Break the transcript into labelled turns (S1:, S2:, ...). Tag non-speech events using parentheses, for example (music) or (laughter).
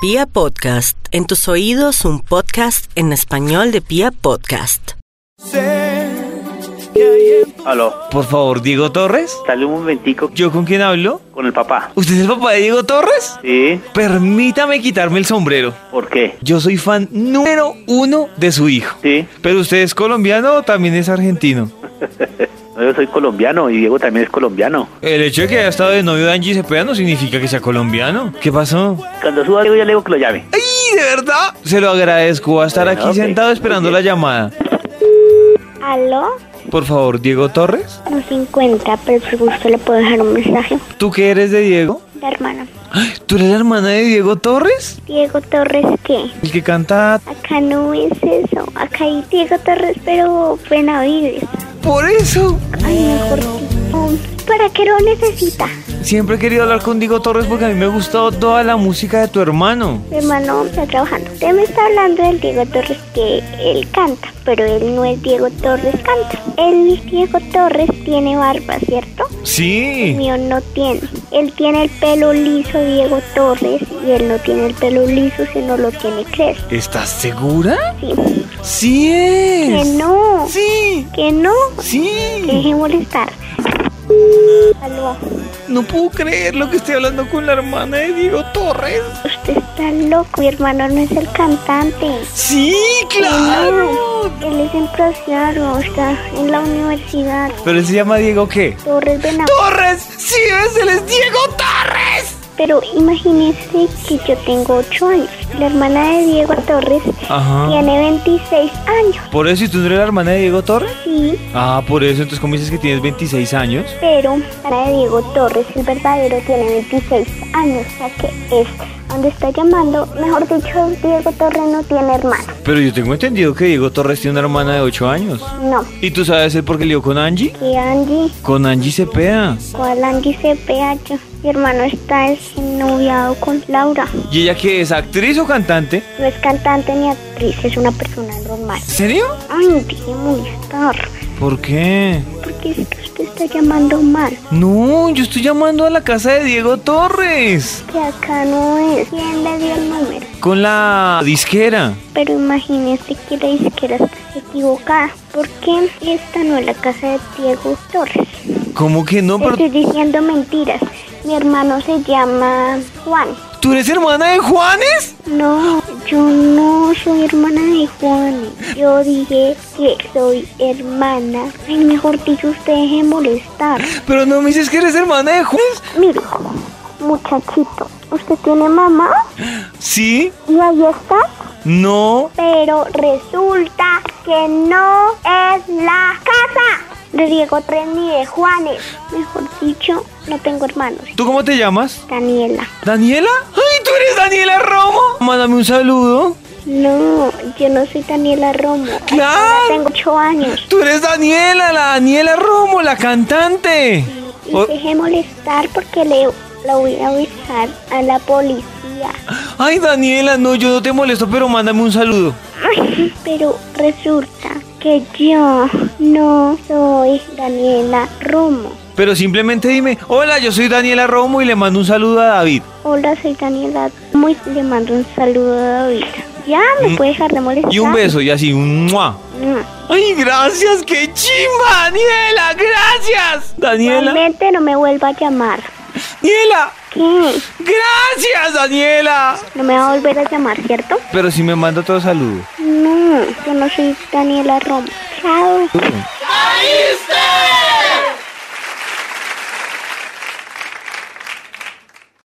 S1: Pia Podcast, en tus oídos un podcast en español de Pia Podcast.
S2: Aló,
S3: Por favor, Diego Torres.
S2: dale un momentico
S3: ¿Yo con quién hablo?
S2: con el papá.
S3: ¿Usted es el papá de Diego Torres?
S2: ¿Sí?
S3: Permítame quitarme el sombrero.
S2: ¿Por qué?
S3: Yo soy fan número uno de su hijo.
S2: Sí.
S3: ¿Pero usted es colombiano o también es argentino?
S2: No, yo soy colombiano y Diego también es colombiano.
S3: El hecho de que haya estado de novio de Angie Cepeda no significa que sea colombiano. ¿Qué pasó?
S2: Cuando suba Diego ya le digo que lo llame.
S3: ¡Ay, de verdad! Se lo agradezco. Va a estar
S2: Bueno,
S3: aquí
S2: ok.
S3: sentado esperando la llamada.
S4: ¿Aló?
S3: Por favor, Diego Torres.
S4: No se encuentra, pero por gusto le puedo dejar un mensaje.
S3: ¿Tú qué eres de Diego?
S4: La hermana.
S3: Ay, ¿Tú eres la hermana de Diego Torres?
S4: Diego Torres, ¿qué?
S3: El que canta...
S4: Acá no es eso. Acá hay Diego Torres, pero Benavides.
S3: ¡Por eso!
S4: Ay, mejor tipo. ¿Para qué lo necesita?
S3: Siempre he querido hablar con Diego Torres porque a mí me ha gustado toda la música de tu hermano.
S4: Mi hermano está trabajando. Usted me está hablando del Diego Torres que él canta, pero él no es Diego Torres canta. El Diego Torres tiene barba, ¿cierto? El
S3: Sí.
S4: mío no tiene. Él tiene el pelo liso, Diego Torres, y él no tiene el pelo liso, sino lo tiene crecer.
S3: ¿Estás segura?
S4: Sí.
S3: Sí
S4: Que
S3: es.
S4: no,
S3: Sí.
S4: que no, que
S3: Sí.
S4: deje molestar. Aló,
S3: No puedo creer lo que estoy hablando con la hermana de Diego Torres.
S4: usted está loco, mi hermano no es el cantante.
S3: Sí, claro.
S4: Él es empresario, está en la universidad.
S3: Pero él se llama Diego qué?
S4: Torres Venado.
S3: Torres. Sí es, él es Diego Torres.
S4: Pero imagínese que yo tengo 8 años. La hermana de Diego Torres
S3: Ajá.
S4: tiene 26 años.
S3: Por eso, ¿y tú no eres la hermana de Diego Torres?
S4: Sí,
S3: Ah, por eso, entonces, ¿cómo dices que tienes 26 años?
S4: pero para Diego Torres, el verdadero, tiene 26 años. O sea que es donde está llamando. Mejor dicho, Diego Torres no tiene hermano.
S3: Pero yo tengo entendido que Diego Torres tiene una hermana de 8 años.
S4: No.
S3: ¿Y tú sabes el por qué lió con Angie?
S4: Y Angie,
S3: Con Angie Cepeda.
S4: cual Angie Cepeda, yo- mi hermano está es noviado con Laura.
S3: ¿Y ella qué es? ¿Actriz o cantante?
S4: No es cantante ni actriz, es una persona normal.
S3: ¿Serio?
S4: Ay, dije molestar,
S3: ¿Por qué?
S4: porque es que usted está llamando mal,
S3: No, yo estoy llamando a la casa de Diego Torres.
S4: que acá no es. ¿Quién le dio el número?
S3: Con la disquera.
S4: Pero imagínese que la izquierda está equivocada, porque esta no es la casa de Diego Torres.
S3: ¿Cómo que no? Pero
S4: Estoy diciendo mentiras. Mi hermano se llama Juan.
S3: tú eres hermana de Juanes.
S4: No, yo no soy hermana de Juan. Yo dije que soy hermana. Ay, mejor dicho, usted deje de molestar.
S3: Pero no me dices que eres hermana de Juanes.
S4: Mire, muchachito, usted tiene mamá
S3: Sí.
S4: y ahí está.
S3: No.
S4: Pero resulta que no es la casa de Diego Tres ni de Juanes. Mejor dicho, no tengo hermanos.
S3: ¿Tú cómo te llamas?
S4: Daniela.
S3: ¿Daniela? ¡Ay, tú eres Daniela Romo! Mándame un saludo.
S4: No, yo no soy Daniela Romo.
S3: Claro.
S4: Ahora Tengo ocho años.
S3: Tú eres Daniela, la Daniela Romo, la cantante.
S4: Y
S3: O-
S4: dejé molestar porque le la voy a avisar a la policía. (laughs)
S3: Ay, Daniela, no, yo no te molesto, pero mándame un saludo.
S4: Pero resulta que yo no soy Daniela Romo.
S3: Pero simplemente dime, hola, yo soy Daniela Romo y le mando un saludo a David.
S4: Hola, soy Daniela Romo y le mando un saludo a David. Ya, me puede dejar de molestar.
S3: Mm. Y un beso, y así, un mua.
S4: Mm.
S3: Ay, gracias, qué chimba, Daniela, gracias. Daniela,
S4: Realmente no me vuelva a llamar.
S3: Daniela,
S4: ¿Qué?
S3: gracias, Daniela.
S4: No me va a volver a llamar, ¿cierto?
S3: Pero si me manda otro saludo.
S4: No, yo no soy Daniela Romo. Chao.
S3: ¡Ahí está!